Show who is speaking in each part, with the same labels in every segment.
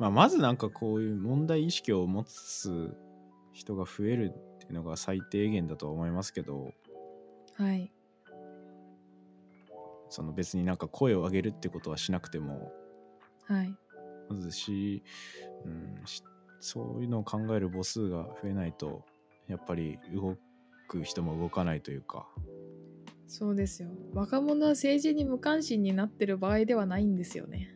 Speaker 1: まあ、まずなんかこういう問題意識を持つ人が増えるっていうのが最低限だとは思いますけど
Speaker 2: はい。
Speaker 1: その別になんか声を上げるってことはしなくても
Speaker 2: はい。
Speaker 1: まずし、うん、しそういうのを考える母数が増えないとやっぱり動く人も動かないというか
Speaker 2: そうですよ。若者は政治に無関心になってる場合ではないんですよね。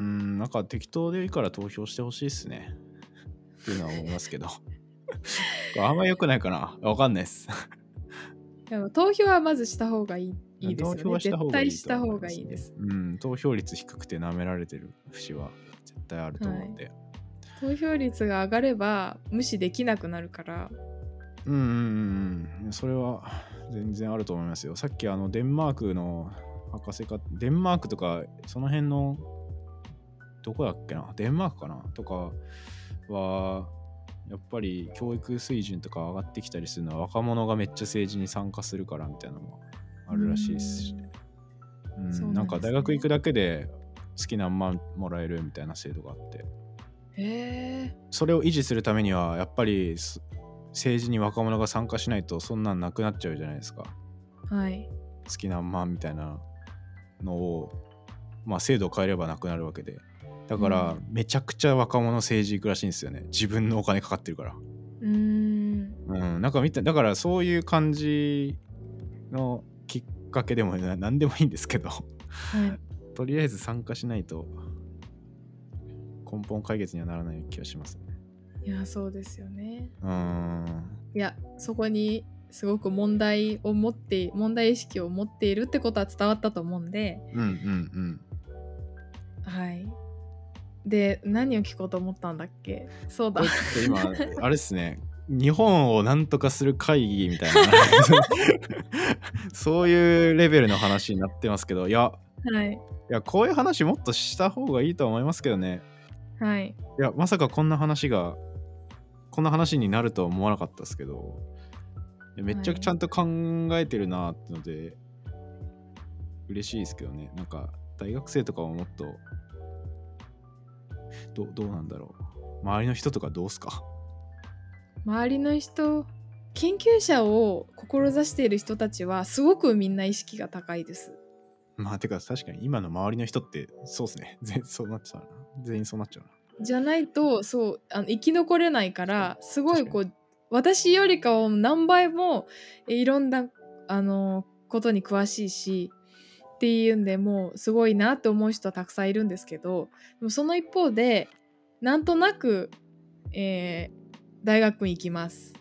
Speaker 1: うんなんか適当でいいから投票してほしいですねっていうのは思いますけどあんま良くないかなわかんないです
Speaker 2: でも投票はまずした方がいいいいですよね。
Speaker 1: 投票はした方
Speaker 2: 絶
Speaker 1: がいい
Speaker 2: 対
Speaker 1: と
Speaker 2: した
Speaker 1: 思
Speaker 2: 方
Speaker 1: いま
Speaker 2: が
Speaker 1: す
Speaker 2: いいです。
Speaker 1: うん、投票率低くて舐められてる節は絶対あると思うんで、
Speaker 2: 投票率が上がれば無視できなくなるから。
Speaker 1: うんうんうんうんそれは全然あると思いますよさっきあのデンマークの博士課デンマークとかその辺のどこだっけなデンマークかなとかはやっぱり教育水準とか上がってきたりするのは若者がめっちゃ政治に参加するからみたいなのもあるらしいですし、うん
Speaker 2: そう
Speaker 1: な
Speaker 2: なんんですね
Speaker 1: か大学行くだけで好きなまんもらえるみたいな制度があって
Speaker 2: へえ。
Speaker 1: それを維持するためにはやっぱりす政治に若者が参加しないとそんなんなくなっちゃうじゃないですか
Speaker 2: はい。
Speaker 1: 好きなまんみたいなのをまあ制度を変えればなくなるわけでだから
Speaker 2: う
Speaker 1: めちゃくちゃ若者政治行くらしいんですよね自分のお金かかってるから
Speaker 2: うーん。
Speaker 1: うんなんか見ただからそういう感じのきっかけでもな何でもいいんですけど
Speaker 2: はい。
Speaker 1: とりあえず参加しないと根本解決にはならない気がしますね
Speaker 2: いや、そうですよね。
Speaker 1: うん
Speaker 2: いや、そこにすごく問題を持って、問題意識を持っているってことは伝わったと思うんで。
Speaker 1: うんうんうん
Speaker 2: はい。で、何を聞こうと思ったんだっけそう
Speaker 1: こ
Speaker 2: だ
Speaker 1: れ。ちょっと今あれですね日本をなんとかする会議みたいなそういうレベルの話になってますけどいや
Speaker 2: はい。
Speaker 1: いやこういう話もっとした方がいいとは思いますけどね
Speaker 2: はい。
Speaker 1: いやまさかこんな話がこんな話になるとは思わなかったですけどいやめっちゃ
Speaker 2: はい
Speaker 1: ちゃんと考えてるなってので、嬉しいですけどねなんか大学生とかはもっとどどうなんだろう周りの人とかどうすか
Speaker 2: 周りの人、研究者を志している人たちは、すごくみんな意識が高いです。
Speaker 1: まあてか確かに今の周りの人ってそうですね 全そうなっちゃうな全員そうなっちゃうな
Speaker 2: じゃないと、そう、あの生き残れないから、すごいこう、私よりかを何倍もえいろんな、あの、ことに詳しいし、っていうんでもうすごいなって思う人はたくさんいるんですけどでもその一方でなんとなく、えー大学に行きます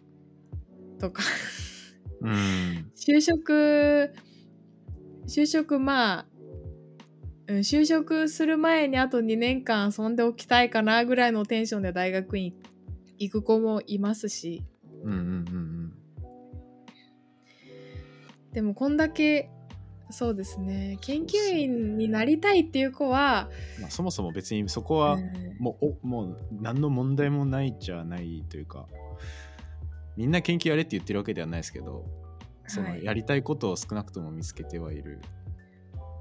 Speaker 2: とか
Speaker 1: うーん
Speaker 2: 就職就職まあうん就職する前にあと2年間遊んでおきたいかなぐらいのテンションで大学に行く子もいますし
Speaker 1: うんうんうん
Speaker 2: でもこんだけそうですね研究員になりたいっていう子は、
Speaker 1: うんまあそもそも別にそこ
Speaker 2: う
Speaker 1: は
Speaker 2: ん
Speaker 1: もうおもう何の問題もないじゃないというかみんな研究やれって言ってるわけではないですけどそ
Speaker 2: は
Speaker 1: の
Speaker 2: い
Speaker 1: やりたいことを少なくとも見つけてはいる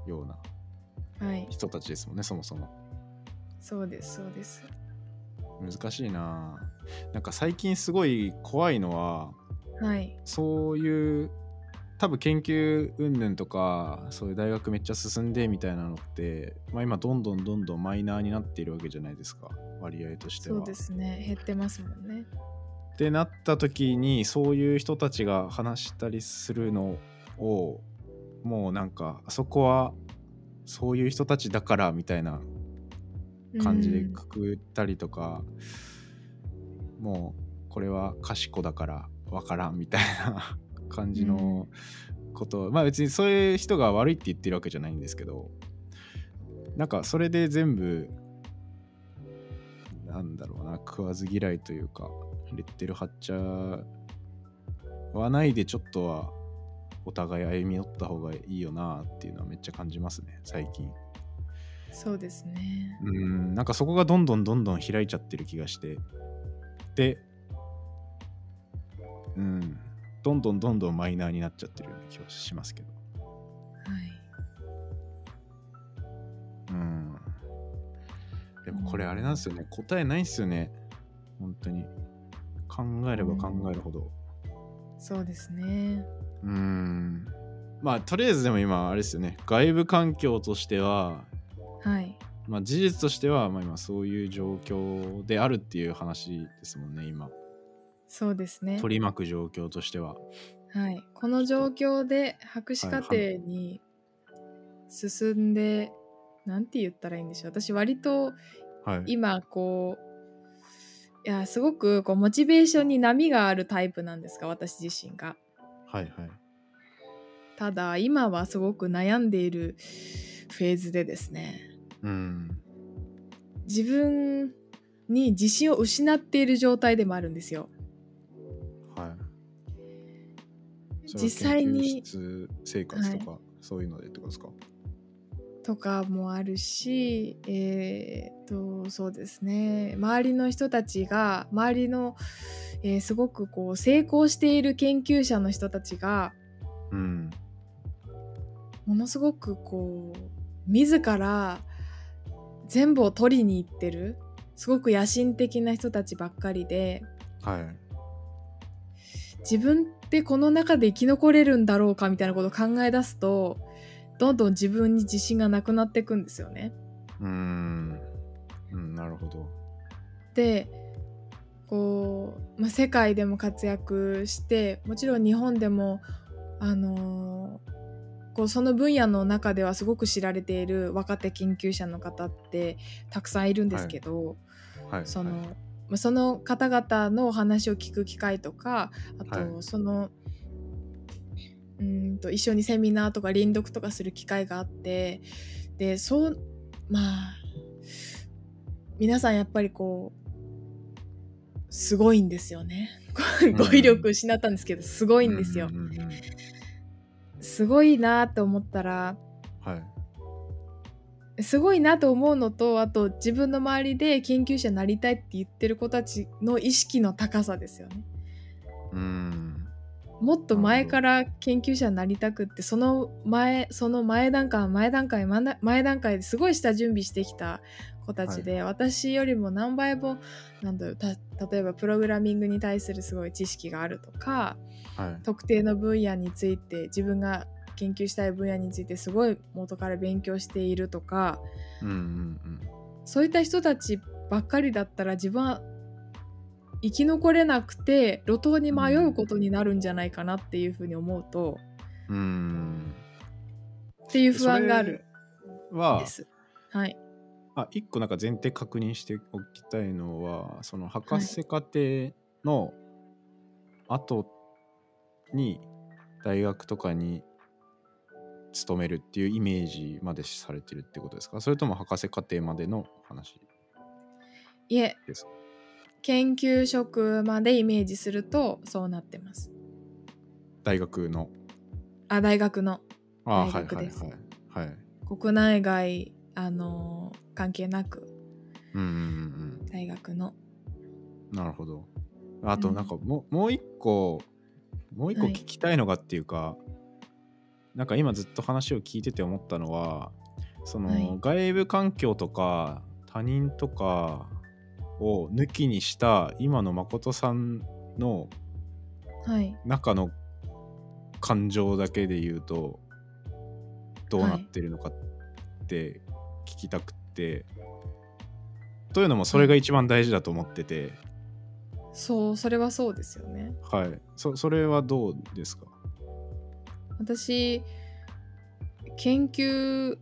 Speaker 1: ような
Speaker 2: はい、
Speaker 1: 人たちですもんねそもそも
Speaker 2: そうですそうです
Speaker 1: 難しいななんか最近すごい怖いのは
Speaker 2: はい
Speaker 1: そういう多分研究云々とかそういう大学めっちゃ進んでみたいなのって、まあ、今どんどんどんどんマイナーになっているわけじゃないですか割合として
Speaker 2: そ
Speaker 1: は。
Speaker 2: うですね減ってますもんね
Speaker 1: ってなった時にそういう人たちが話したりするのをもうなんかあそこはそういう人たちだからみたいな感じで
Speaker 2: うん
Speaker 1: くくったりとか、もうこれは賢だからわからんみたいな 感じのこと、まあ別にそういう人が悪いって言ってるわけじゃないんですけどなんかそれで全部なんだろうな食わず嫌いというかレッテル貼っちゃわないでちょっとはお互い歩み寄った方がいいよなっていうのはめっちゃ感じますね最近。
Speaker 2: そうですね
Speaker 1: うんなんかそこがどんどんどんどん開いちゃってる気がしてでうんどんどんどんどんマイナーになっちゃってるような気はしますけど
Speaker 2: はい
Speaker 1: うんでもこれあれなんですよね答えないんですよね本当に考えれば考えるほど
Speaker 2: そうですね。
Speaker 1: うーんまあとりあえずでも今あれですよね外部環境としては
Speaker 2: はい。
Speaker 1: まあ事実としてはまあ今そういう状況であるっていう話ですもんね今
Speaker 2: そうですね。
Speaker 1: 取り巻く状況としては
Speaker 2: はい。この状況で博士課程に進んで、なんて言ったらいいんでしょう。私割と
Speaker 1: はい
Speaker 2: 今こう。いやすごくこうモチベーションに波があるタイプなんですが私自身が
Speaker 1: はいはい
Speaker 2: ただ今はすごく悩んでいるフェーズでですね
Speaker 1: うん
Speaker 2: 自分に自信を失っている状態でもあるんですよ
Speaker 1: はいそれは
Speaker 2: 実際に
Speaker 1: 研究室生活とかそういうのでってことですか、
Speaker 2: とかもあるしえーっとそうですね周りの人たちが周りの、えーすごくこう成功している研究者の人たちが
Speaker 1: うん
Speaker 2: ものすごくこう自ら全部を取りに行ってるすごく野心的な人たちばっかりで
Speaker 1: はい
Speaker 2: 自分ってこの中で生き残れるんだろうかみたいなことを考え出すとどんどん自分に自信がなくなっていくんですよね。
Speaker 1: うーんうんなるほど
Speaker 2: でこう、まあ、世界でも活躍してもちろん日本でも、あのーこうその分野の中ではすごく知られている若手研究者の方ってたくさんいるんですけど、
Speaker 1: はい
Speaker 2: そ
Speaker 1: は
Speaker 2: の
Speaker 1: い、
Speaker 2: まあその方々のお話を聞く機会とかあ
Speaker 1: は
Speaker 2: とその、うーんと一緒にセミナーとか輪読とかする機会があってでそうまあ皆さんやっぱりこうすごいんですよね。
Speaker 1: ん
Speaker 2: 語彙力失ったんですけどすご
Speaker 1: 多
Speaker 2: いんですよ。
Speaker 1: うんうんうん
Speaker 2: すごいなって思ったら
Speaker 1: はい
Speaker 2: すごいなと思うのとあと自分の周りで研究者になりたいって言ってる子たちの意識の高さですよね。
Speaker 1: うん
Speaker 2: もっと前から研究者になりたくってその前その前段階前段階前段前段階ですごい下準備してきた子たちで、私よりも何倍もなんだろうた例えばプログラミングに対するすごい知識があるとか
Speaker 1: はい
Speaker 2: 特定の分野について自分が研究したい分野についてすごい元から勉強しているとか
Speaker 1: うんうん
Speaker 2: そういった人たちばっかりだったら自分は生き残れなくて路頭に迷うことになるんじゃないかなっていうふうに思うと。
Speaker 1: うんうん
Speaker 2: っていう不安がある
Speaker 1: それは
Speaker 2: んです。はい。
Speaker 1: あ一個なんか前提確認しておきたいのはその博士課程の後に大学とかに勤めるっていうイメージまでされてるってことですかそれとも博士課程までの話
Speaker 2: いえ
Speaker 1: です、
Speaker 2: 研究職までイメージするとそうなってます。
Speaker 1: 大学の
Speaker 2: あ、大学の
Speaker 1: あー
Speaker 2: 大学です
Speaker 1: はいはいはいはい
Speaker 2: 国内外あのー関係なく
Speaker 1: うんうんうん
Speaker 2: 大学の
Speaker 1: うんなるほどあと
Speaker 2: うん
Speaker 1: なんかも,、うもう一個もう一個
Speaker 2: はい
Speaker 1: 聞きたいのがっていうか、なんか今ずっと話を聞いてて思ったのはその、
Speaker 2: はい
Speaker 1: 外部環境とか他人とかを抜きにした今の誠さんの
Speaker 2: はい。
Speaker 1: 中の感情だけで言うとどうなってるのかって聞きたくて、というのもそれが一番大事だと思ってて、
Speaker 2: そう、それはそうですよね。
Speaker 1: はいそそれはどうですか
Speaker 2: 私研究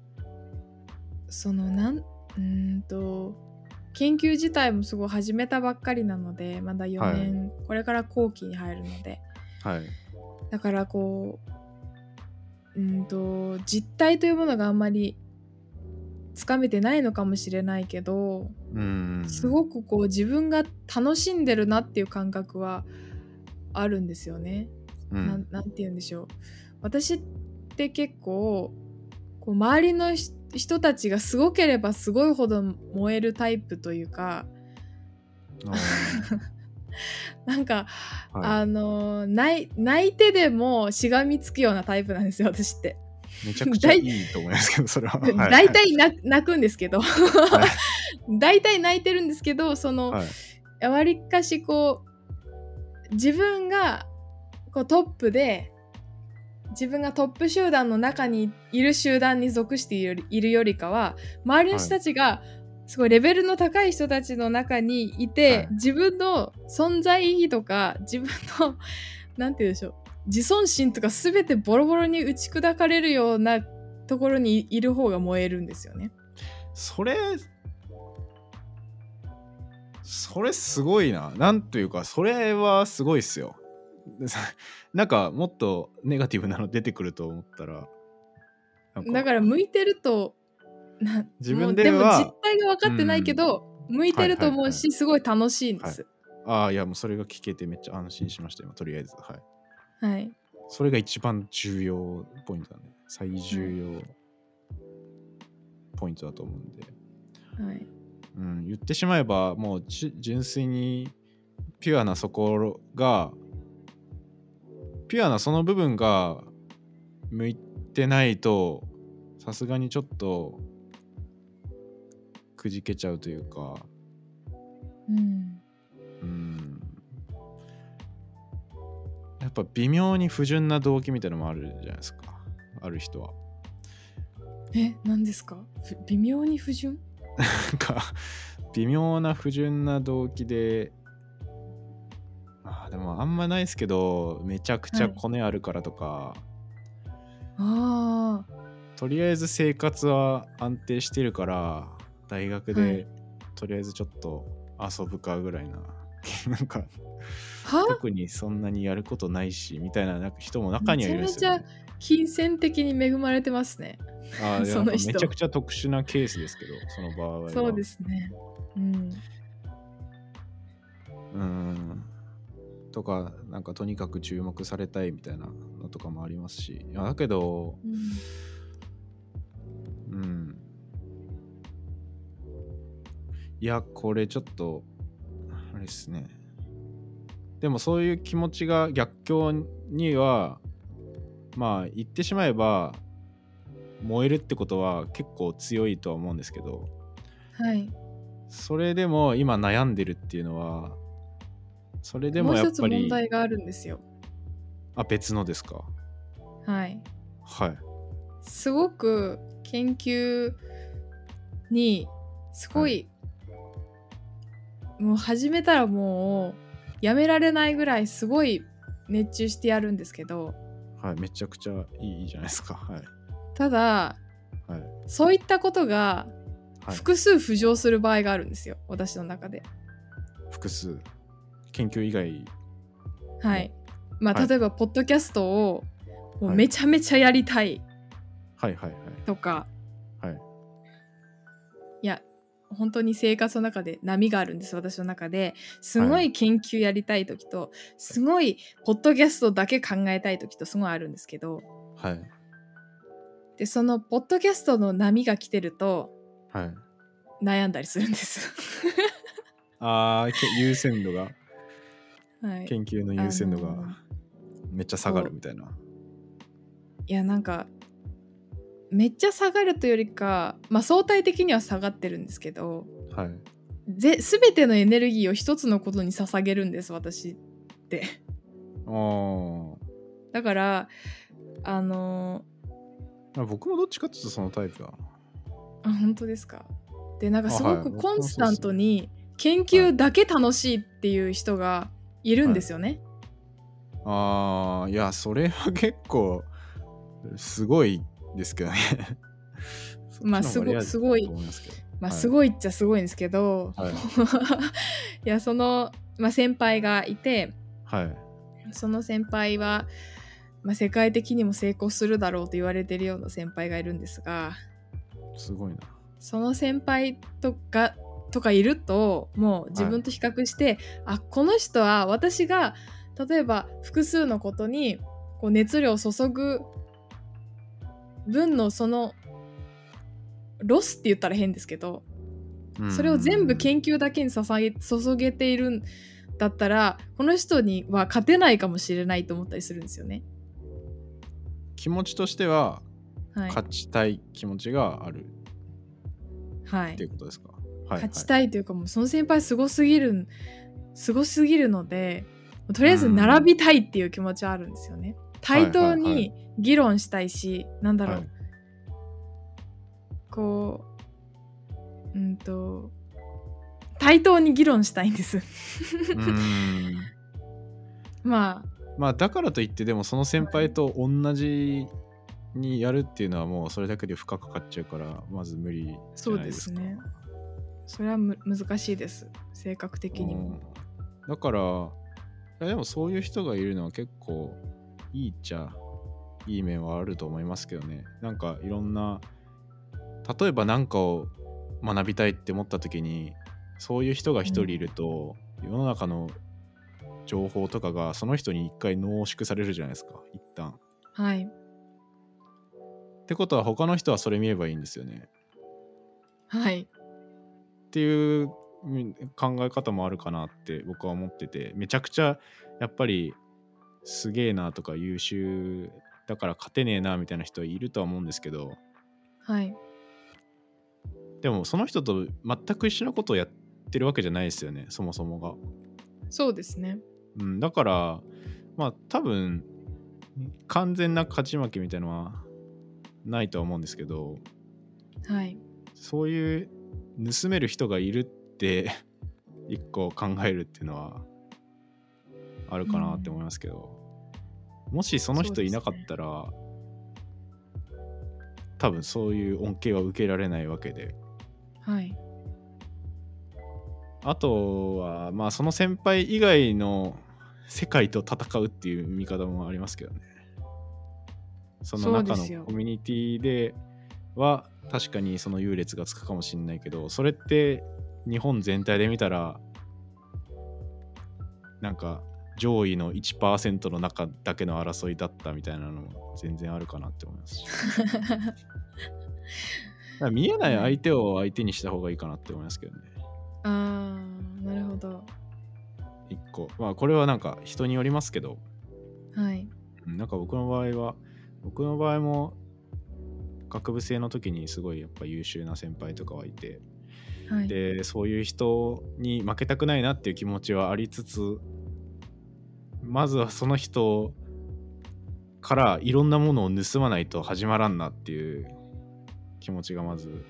Speaker 2: そのなんうーんと研究自体もすごい始めたばっかりなのでまだ4年、これから後期に入るので
Speaker 1: はい
Speaker 2: だからこううんと実態というものがあんまりつかめてないのかもしれないけど
Speaker 1: うん
Speaker 2: すごくこう自分が楽しんでるなっていう感覚はあるんですよね。
Speaker 1: う
Speaker 2: なんんなんて言うんでしょう私って結構こう周りのひ人たちがすごければすごいほど燃えるタイプというか
Speaker 1: あ ー
Speaker 2: なんか、
Speaker 1: はい
Speaker 2: あの泣い泣いてでもしがみつくようなタイプなんですよ私って。
Speaker 1: めちゃくちゃいいと思いますけど、それ は。
Speaker 3: い
Speaker 2: 大体な泣くんですけど大体泣いてるんですけどその、
Speaker 1: はい
Speaker 2: わりかしこう自分がこうトップで自分がトップ集団の中にいる集団に属しているよりいるよりかは周りの人たちがすごいレベルの高い人たちの中にいて、
Speaker 1: はい
Speaker 2: 自分の存在意義とか自分の なんて言うんでしょう自尊心とか全てボロボロに打ち砕かれるようなところにいる方が燃えるんですよね。
Speaker 1: それそれすごいななんというかそれはすごいっすよ でさなんかもっとネガティブなの出てくると思ったらなん
Speaker 2: だから向いてるとな
Speaker 1: 自分
Speaker 2: もう
Speaker 1: で
Speaker 2: でも
Speaker 1: は
Speaker 2: 実態が分かってないけど、向いてると思うし、すごい楽しいんです。
Speaker 1: ああいやもうそれが聞けてめっちゃ安心しました今とりあえずはい
Speaker 2: はい、
Speaker 1: それが一番重要ポイントだね最重要ポイントだと思うんで、
Speaker 2: はい
Speaker 1: うん、言ってしまえばもうじ純粋にピュアなそこがピュアなその部分が向いてないとさすがにちょっとくじけちゃうというか
Speaker 2: うん
Speaker 1: うんやっぱ微妙に不純な動機みたいなのもあるじゃないですかある人は
Speaker 2: え何ですかふ微妙に不純
Speaker 1: なんか微妙な不純な動機であーでもあんまないですけどめちゃくちゃ
Speaker 2: はい
Speaker 1: コネあるからとか、
Speaker 2: ああ
Speaker 1: とりあえず生活は安定してるから大学
Speaker 2: は
Speaker 1: で
Speaker 2: い
Speaker 1: とりあえずちょっと遊ぶかぐらいな なんか
Speaker 2: は
Speaker 1: 特にそんなにやることないしみたいななんか人も中にはいるんですよ、ね、
Speaker 2: 金銭的に恵まれてますね。
Speaker 1: あーいや
Speaker 2: その
Speaker 1: なんか
Speaker 2: 人
Speaker 1: めちゃくちゃ特殊なケースですけどその場合は
Speaker 2: そうですね。うん
Speaker 1: うんとかなんかとにかく注目されたいみたいなのとかもありますしいやだけど
Speaker 2: うん
Speaker 1: うんいやこれちょっとあれですねでもそういう気持ちが逆境にはまあ言ってしまえば燃えるってことは結構強いとは思うんですけど
Speaker 2: はい。
Speaker 1: それでも今悩んでるっていうのはそれで
Speaker 2: も
Speaker 1: も
Speaker 2: う
Speaker 1: や
Speaker 2: 一
Speaker 1: っ
Speaker 2: つ
Speaker 1: ぱ
Speaker 2: 問
Speaker 1: り
Speaker 2: 題があるんですよ。
Speaker 1: あ別のですか
Speaker 2: はい。
Speaker 1: はい
Speaker 2: すごく研究にすごい、もう始めたらもうやめられないぐらいすごい熱中してやるんですけど
Speaker 1: はい、めちゃくちゃいいじゃないですか。はい。
Speaker 2: ただ
Speaker 1: はい。
Speaker 2: そういったことが
Speaker 1: はい、
Speaker 2: 複数浮上する場合があるんですよ、私の中で。
Speaker 1: 複数。研究以外。
Speaker 2: はい。まあ、
Speaker 1: はい
Speaker 2: 例えばポッドキャストをもう
Speaker 1: はい
Speaker 2: めちゃめちゃやりたい
Speaker 1: はいはい
Speaker 2: とか、
Speaker 1: はい。はい。
Speaker 2: いや本当に生活の中で波があるんです私の中ですご
Speaker 1: はい
Speaker 2: 研究やりたい時と、すごいポッドキャストだけ考えたい時とすごいあるんですけど
Speaker 1: はい。
Speaker 2: でそのポッドキャストの波が来てると
Speaker 1: はい。
Speaker 2: 悩んだりする んです、
Speaker 1: ああ、け優先度が、
Speaker 2: はい、
Speaker 1: 研究の優先度
Speaker 2: あのー
Speaker 1: がめっちゃ下がるみたいな。
Speaker 2: いやなんかめっちゃ下がるというよりか、まあ、相対的には下がってるんですけど
Speaker 1: はい。
Speaker 2: ぜ全てのエネルギーを一つのことに捧げるんです私って。
Speaker 1: あ
Speaker 2: だからあの
Speaker 1: あ。僕もどっちかっていうとそのタイプだな。
Speaker 2: あ本当ですかでなんか
Speaker 1: あ
Speaker 2: すご
Speaker 1: はい
Speaker 2: く
Speaker 1: 僕も
Speaker 2: コンスタントに研究だけ楽しいっていう人がいるんですよね。
Speaker 1: ああ、いや、それは結構、すごいですけどね。
Speaker 2: まあすごすごいまあす
Speaker 1: い。
Speaker 2: ごいっちゃすごいんですけど、
Speaker 1: はい
Speaker 2: いやその、まあ、先輩がいて
Speaker 1: はい。
Speaker 2: その先輩は、まあ、世界的にも成功するだろうと言われてるような先輩がいるんですが
Speaker 1: すごいな。
Speaker 2: その先輩とかとかいるともう自分と比較して、あこの人は私が例えば複数のことにこう熱量を注ぐ分のそのロスって言ったら変ですけど
Speaker 1: うん
Speaker 2: それを全部研究だけに捧げ注げているんだったらこの人には勝てないかもしれないと思ったりするんですよね。
Speaker 1: 気持ちとしては
Speaker 2: はい
Speaker 1: 勝ちたい気持ちがある
Speaker 2: はい
Speaker 1: っていうことですか。はい、はい
Speaker 2: 勝ちたいというかもうその先輩すごすぎるんすごすぎるのでもうとりあえず並びたいっていう気持ちはあるんですよね。対等
Speaker 1: はいはい
Speaker 2: に議論したいし、なんだろう、
Speaker 1: はい
Speaker 2: こううんと対等に議論したいんです。
Speaker 1: うーん
Speaker 2: ま
Speaker 1: まあだからといってでもその先輩と同じにやるっていうのはもうそれだけで負荷かかっちゃうからまず無理じゃないですか。
Speaker 2: そうですねあそれはむ難しいです性格的にも。
Speaker 1: うんだからいやでもそういう人がいるのは結構いいっちゃいい面はあると思いますけどねなんかいろんな例えば何かを学びたいって思った時にそういう人が一人いると、世の中の情報とかがその人に一回濃縮されるじゃないですか一旦
Speaker 2: はい
Speaker 1: ってことは他の人はそれ見ればいいんですよね
Speaker 2: はい
Speaker 1: っていううん考え方もあるかなって僕は思っててめちゃくちゃやっぱりすげえなとか優秀だから勝てねえなみたいな人はいるとは思うんですけど
Speaker 2: はい
Speaker 1: でもその人と全く一緒のことをやってるわけじゃないですよねそもそもが。
Speaker 2: そうですね。
Speaker 1: うん、だからまあ多分完全な勝ち負けみたいのはないとは思うんですけど
Speaker 2: はい
Speaker 1: そういう盗める人がいるって 一個考えるっていうのはあるかなって思いますけど、もしその人いなかったら、多分そういう恩恵は受けられないわけで
Speaker 2: はい
Speaker 1: あとはまあその先輩以外の世界と戦うっていう見方もありますけどねその中
Speaker 2: そうですよ
Speaker 1: のコミュニティでは確かにその優劣がつくかもしれないけどそれって日本全体で見たらなんか上位の1%の中だけの争いだったみたいなのも全然あるかなって思いますしだから見えない相手を相手にした方がいいかなって思いますけどね
Speaker 2: あーなるほど
Speaker 1: 一個まあこれはなんか人によりますけど
Speaker 2: はい
Speaker 1: うんなんか僕の場合は僕の場合も学部生の時にすごいやっぱ優秀な先輩とかはいて
Speaker 2: はい。
Speaker 1: でそういう人に負けたくないなっていう気持ちはありつつまずはその人からいろんなものを盗まないと始まらんなっていう気持ちがまず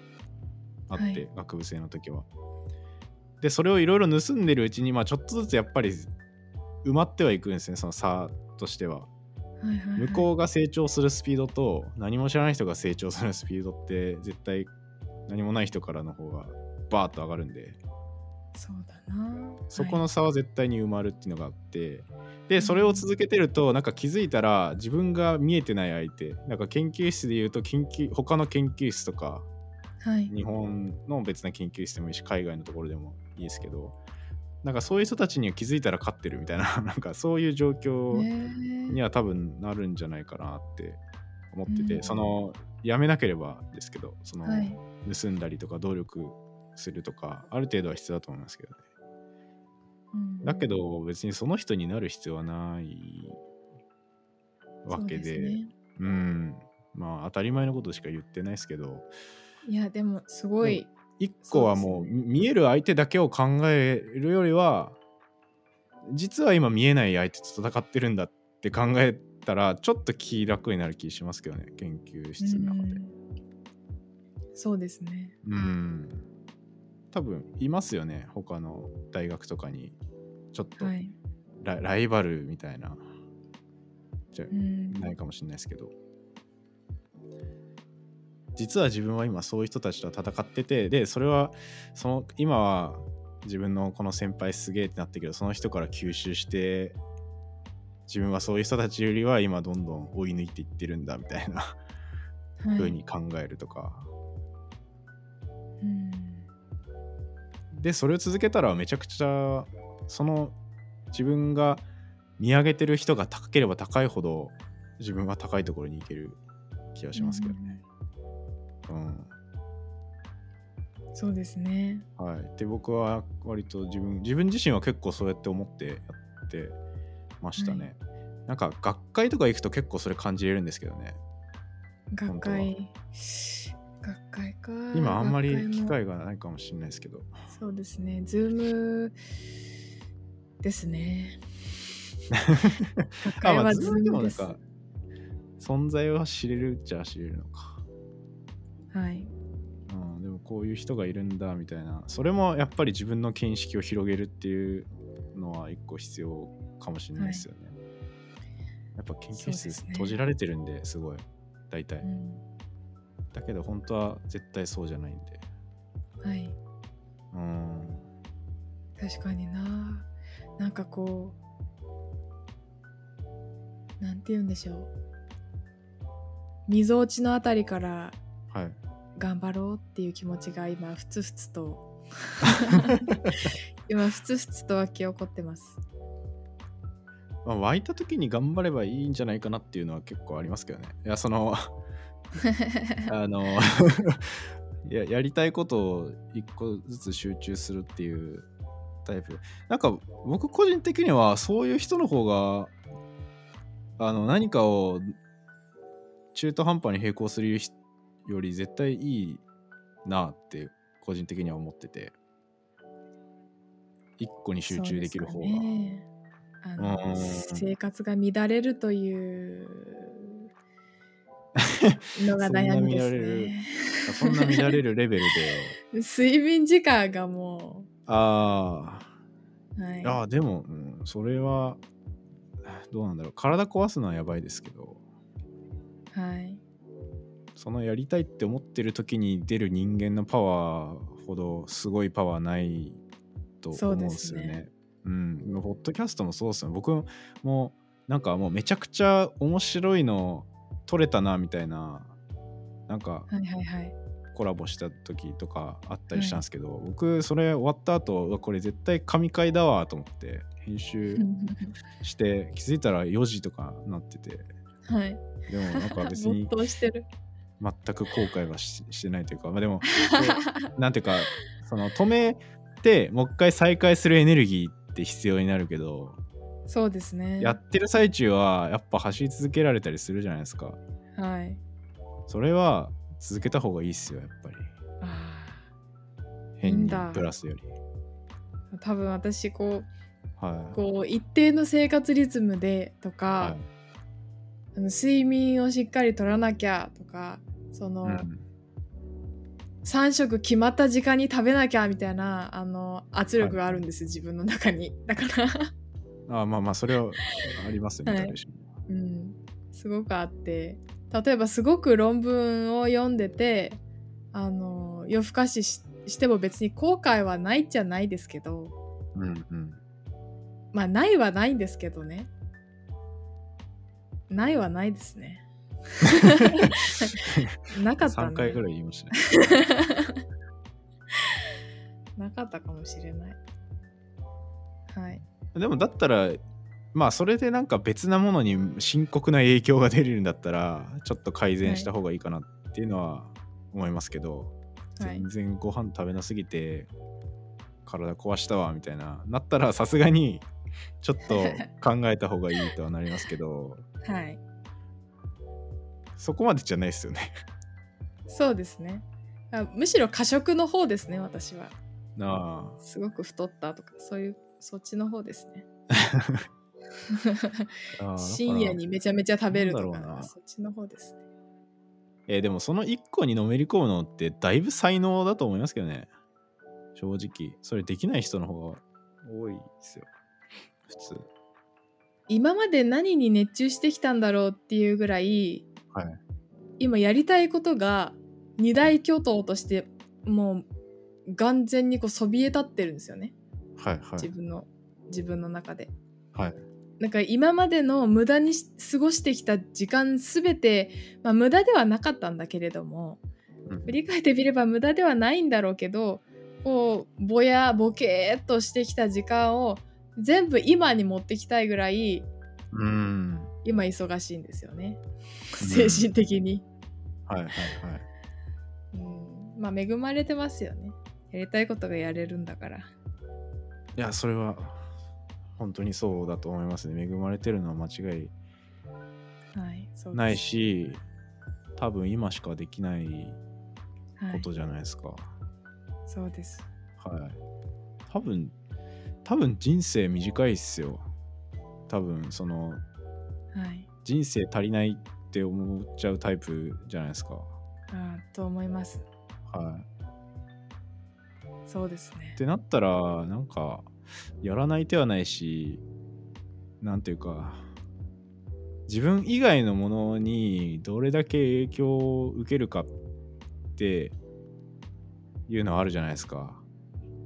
Speaker 1: あって、
Speaker 2: はい
Speaker 1: 学部生の時は。でそれをいろいろ盗んでるうちに、まあ、ちょっとずつやっぱり埋まってはいくんですねその差としては。
Speaker 2: はいはいはい
Speaker 1: 向こうが成長するスピードと何も知らない人が成長するスピードって絶対何もない人からの方がバーッと上がるんで
Speaker 2: そうだな。
Speaker 1: そこの差は絶対に埋まるっていうのがあってでそれを続けてるとなんか気づいたら自分が見えてない相手なんか研究室で言うと研究他の研究室とか
Speaker 2: はい、はい、
Speaker 1: 日本の別な研究室でもいいし海外のところでもいいですけどなんかそういう人たちには気づいたら勝ってるみたいな なんかそういう状況に
Speaker 2: ね
Speaker 1: は多分なるんじゃないかなって思ってて、
Speaker 2: うん
Speaker 1: そのやめなければですけどそ
Speaker 2: え
Speaker 1: の、
Speaker 2: はい、
Speaker 1: 盗んだりとか努力するとかある程度は必要だと思いますけどね
Speaker 2: うん
Speaker 1: だけど別にその人になる必要はないわけで
Speaker 2: そうすね
Speaker 1: うんまあ当たり前のことしか言ってないですけど
Speaker 2: いやでもすごい、
Speaker 1: 一個はも
Speaker 2: そう
Speaker 1: う
Speaker 2: です
Speaker 1: 見える相手だけを考えるよりは実は今見えない相手と戦ってるんだって考えたらちょっと気楽になる気しますけどね研究室の中で
Speaker 2: うんそうですね
Speaker 1: うん多分いますよね他の大学とかにちょっと
Speaker 2: はい、
Speaker 1: ラ,、ライバルみたいな
Speaker 2: うん、
Speaker 1: ないかもしれないですけど実は自分は今そういう人たちと戦っててでそれはその今は自分のこの先輩すげえってなったけどその人から吸収して自分はそういう人たちよりは今どんどん追い抜いていってるんだみたいな
Speaker 2: はい
Speaker 1: 風に考えるとか、
Speaker 2: うん
Speaker 1: でそれを続けたらめちゃくちゃその自分が見上げてる人が高ければ高いほど自分は高いところに行ける気がしますけどね。うん
Speaker 2: そうですね
Speaker 1: はい、で僕は割と自分自分自身は結構そうやって思ってやってましたね、なんか学会とか行くと結構それ感じれるんですけどね
Speaker 2: 学
Speaker 1: 本当は
Speaker 2: 会学会か
Speaker 1: 今あんまり機
Speaker 2: 学会も
Speaker 1: 会がないかもしれないですけど。
Speaker 2: そうですねズームですね 学
Speaker 1: あ、
Speaker 2: 会
Speaker 1: まあ、
Speaker 2: は
Speaker 1: ズ
Speaker 2: ズ
Speaker 1: ームで
Speaker 2: ー
Speaker 1: も
Speaker 2: ム
Speaker 1: な
Speaker 2: で
Speaker 1: ん
Speaker 2: す、
Speaker 1: か、存在は知れるっちゃ知れるのか。
Speaker 2: はい
Speaker 1: うん、でもこういう人がいるんだみたいな、それもやっぱり自分の見識を広げるっていうのは一個必要かもしれないですよね。やっぱ研究
Speaker 2: そうです
Speaker 1: 室
Speaker 2: ね
Speaker 1: 閉じられてるんで、すごい、大体。
Speaker 2: うん
Speaker 1: だけど本当は絶対そうじゃないんで。
Speaker 2: はい
Speaker 1: うん。
Speaker 2: 確かにななんかこうなんて言うんでしょう溝落ちのあたりから
Speaker 1: はい。
Speaker 2: 頑張ろうっていう気持ちが今ふつふつと 今ふつふつと湧き起こってます
Speaker 1: まあ、湧いた時に頑張ればいいんじゃないかなっていうのは結構ありますけどね。いや、そ の、あの や、やりたいことを一個ずつ集中するっていうタイプ。なんか、僕個人的には、そういう人の方が、あの、何かを中途半端に並行する人より絶対いいなって、個人的には思ってて、一個に集中できる方
Speaker 2: そう
Speaker 1: が。
Speaker 2: すかねあの
Speaker 1: うん
Speaker 2: 生活が乱れるという のが悩みですね
Speaker 1: そんな見られるレ ベルで。
Speaker 2: 睡眠時間がも
Speaker 1: あ
Speaker 2: う、はい、
Speaker 1: ーあー、でも、うん、それは、どうなんだろう。体壊すのはやばいですけど、
Speaker 2: はい
Speaker 1: そのやりたいって思ってる時に出る人間のパワーほどすごいパワーないと思うんですよ
Speaker 2: そうです
Speaker 1: ね。うん。ポッドキャストもそうですね。僕も、なんかもうめちゃくちゃ面白いの撮れたな、みたいな、なんか、
Speaker 2: はいはいはい
Speaker 1: コラボした時とかあったりしたんですけど、僕それ終わった後うわこれ絶対神回だわと思って編集して気づいたら4時とかなってて
Speaker 2: はい
Speaker 1: でもなんか別
Speaker 2: 没
Speaker 1: に
Speaker 2: 頭してる
Speaker 1: 全く後悔はししてないというか、まあ、で もそうなんていうかその止めてもう一回再開するエネルギーって必要になるけど、
Speaker 2: そうですね
Speaker 1: やってる最中はやっぱ走り続けられたりするじゃないですか
Speaker 2: はい
Speaker 1: それは続けた方がいいっすよやっぱり
Speaker 2: あいい
Speaker 1: 変
Speaker 2: ん
Speaker 1: に
Speaker 2: だ
Speaker 1: プラスより
Speaker 2: ー多分私こ
Speaker 1: は
Speaker 2: う
Speaker 1: い
Speaker 2: こう一定の生活リズムでとか、
Speaker 1: は
Speaker 2: あの睡眠をしっかりとらなきゃとかその、
Speaker 1: い、うん
Speaker 2: 3食決まった時間に食べなきゃみたいなあの圧力があるんです、自分の中に だから、
Speaker 1: あまあまあそれはありますよね、
Speaker 2: はい
Speaker 1: 誰しも
Speaker 2: うん、すごくあって例えばすごく論文を読んでてあの夜更かしししても別に後悔はないじゃないですけど
Speaker 1: うんうん
Speaker 2: まあないはないんですけどねないはないですね なかった
Speaker 1: 3回
Speaker 2: ね
Speaker 1: ぐらい言いましたね
Speaker 2: なかったかもしれないはい
Speaker 1: でもだったらまあそれでなんか別なものに深刻な影響が出るんだったらちょっと改善した方がいいかなっていうのは思いますけど、
Speaker 2: はい
Speaker 1: 全然ご飯食べなすぎて体壊したわみたいななったらさすがにちょっと考えた方がいいとはなりますけど
Speaker 2: はい
Speaker 1: そこまでじゃないですよね
Speaker 2: そうですねあむしろ過食の方ですね私は
Speaker 1: ああ
Speaker 2: すごく太ったとかそういうそっちの方です ね
Speaker 1: ああだから
Speaker 2: 深夜にめちゃめちゃ食べると
Speaker 1: な
Speaker 2: か
Speaker 1: んだろうな
Speaker 2: そっちの方ですね
Speaker 1: えーでもその1個にのめり込むのってだいぶ才能だと思いますけどね。正直。それできない人の方が多いですよ。普通。
Speaker 2: 今まで何に熱中してきたんだろうっていうぐらい、
Speaker 1: はい
Speaker 2: 今やりたいことが二大巨頭としてもう眼前にこうそびえ立ってるんですよね
Speaker 1: はいは
Speaker 2: 自。分の自分の中で。
Speaker 1: はい
Speaker 2: なんか今までの無駄にし過ごしてきた時間すべて、まあ、無駄ではなかったんだけれども
Speaker 1: うん
Speaker 2: 振り返ってみれば無駄ではないんだろうけどこうぼやぼけーっとしてきた時間を全部今に持ってきたいぐらい
Speaker 1: うん。
Speaker 2: 今忙しいんですよね
Speaker 1: うん
Speaker 2: 精神的に、
Speaker 1: はいはいはい。
Speaker 2: うん、まあ恵まれてますよねやりたいことがやれるんだから
Speaker 1: いや、それは本当にそうだと思いますね。恵まれてるのは間違い
Speaker 2: はいそうです
Speaker 1: ないし、多分今しかできない
Speaker 2: は
Speaker 1: こ
Speaker 2: い、
Speaker 1: とじゃないですか。
Speaker 2: そうです
Speaker 1: はい。多分、多分人生短いっすよ。多分、その、
Speaker 2: はい
Speaker 1: 人生足りないって思っちゃうタイプじゃないですか。
Speaker 2: あーと思います
Speaker 1: はい。
Speaker 2: そうですね
Speaker 1: ってなったらなんかやらない手はないしなんていうか自分以外のものにどれだけ影響を受けるかっていうのはあるじゃないですか、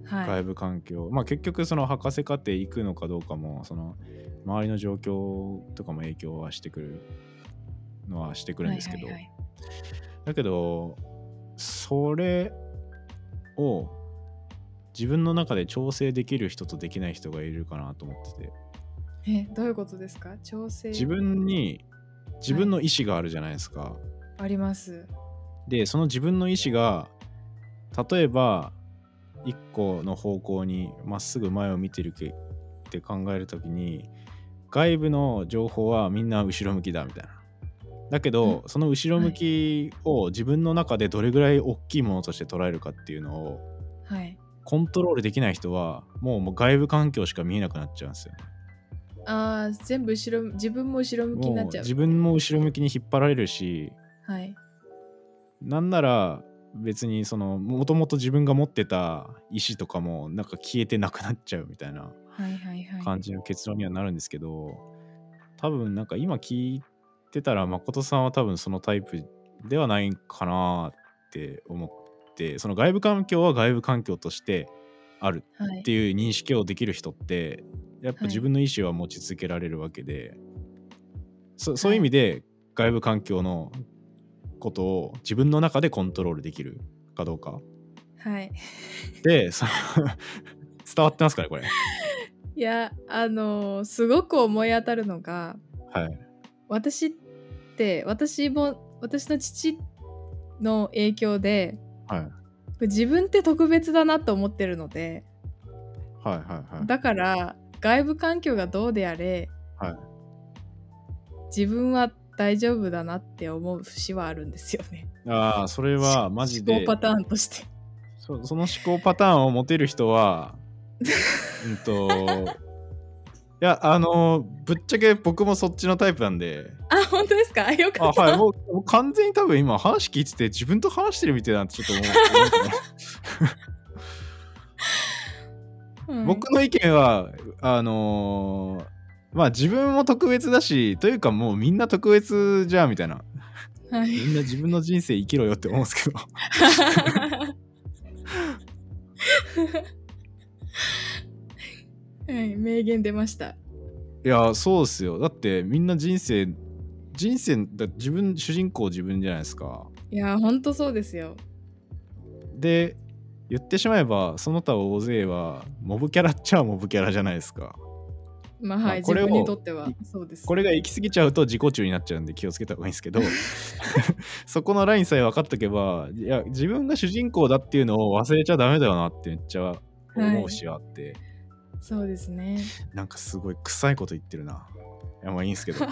Speaker 2: は
Speaker 1: 外
Speaker 2: い
Speaker 1: 部環境まあ結局その博士課程行くのかどうかもその周りの状況とかも影響はしてくるのはしてくるんですけど、
Speaker 2: はいはい
Speaker 1: だけどそれを自分の中で調整できる人とできない人がいるかなと思ってて
Speaker 2: はいえどういうことですか調整
Speaker 1: 自分に自分の意思があるじゃないですか、
Speaker 2: あります
Speaker 1: でその自分の意思が例えば一個の方向にまっすぐ前を見てるけって考えるときに外部の情報はみんな後ろ向きだみたいな。だけど、その後ろ向きを自分の中でどれぐらい大きいものとして捉えるかっていうのを
Speaker 2: はい
Speaker 1: コントロールできない人はもうもう外部環境しか見えなくなっちゃうんですよね。
Speaker 2: あー全部後ろ自分も後ろ向きにな
Speaker 1: も
Speaker 2: っ
Speaker 1: う
Speaker 2: ちゃう
Speaker 1: 自分も後ろ向きに引っ張られるし
Speaker 2: はい
Speaker 1: なんなら別にそのもともと自分が持ってた石とかもなんか消えてなくなっちゃうみたいな
Speaker 2: はいはいはい
Speaker 1: 感じの結論にはなるんですけど、多分なんか今聞いてたら誠さんは多分そのタイプではないかなって思ってその外部環境は外部環境としてある
Speaker 2: はい
Speaker 1: っていう認識をできる人ってやっ
Speaker 2: は
Speaker 1: ぱ
Speaker 2: い
Speaker 1: 自分の意思は持ち続けられるわけで、そそういう意味で外部環境のことを自分の中でコントロールできるかどうか
Speaker 2: はい
Speaker 1: でその 伝わってますかねこれ
Speaker 2: いやあのーすごく思い当たるのが
Speaker 1: はい
Speaker 2: 私って私も私の父の影響で
Speaker 1: はい
Speaker 2: 自分って特別だなと思ってるので
Speaker 1: はいはいはい
Speaker 2: だから外部環境がどうであれ、
Speaker 1: はい
Speaker 2: 自分は大丈夫だなって思う節はあるんですよね。
Speaker 1: ああそれはマジ
Speaker 2: 思
Speaker 1: で
Speaker 2: 考パターンとして。
Speaker 1: そその思考パターンを持てる人 はうんといやあのぶっちゃけ僕もそっちのタイプなんで
Speaker 2: あ本当ですかあ よか
Speaker 1: あ
Speaker 2: った。
Speaker 1: はい、もうもう完全に多分今話聞いてて自分と話してるみたいだなってちょっと思う
Speaker 2: うん
Speaker 1: 僕の意見はあのーまあ自分も特別だしというかもうみんな特別じゃんみたいな
Speaker 2: はい
Speaker 1: みんな自分の人生生きろよって思うんですけど
Speaker 2: はい、名言出ました。
Speaker 1: いやそうっすよだってみんな人生人生だ自分主人公自分じゃないですか
Speaker 2: いやー、ほんとそうですよ。
Speaker 1: で言ってしまえばその他大勢はモブキャラっちゃモブキャラじゃないですか
Speaker 2: まあ、
Speaker 1: まあ
Speaker 2: はい、
Speaker 1: これを
Speaker 2: 自分にとっては、そうです。
Speaker 1: これが行き過ぎちゃうと自己中になっちゃうんで気をつけた方がいいんですけどそこのラインさえ分かっとけばいや自分が主人公だっていうのを忘れちゃダメだよなってめっちゃ思うしあって、
Speaker 2: そうですね。
Speaker 1: なんかすごい臭いこと言ってるないやまあいいんですけど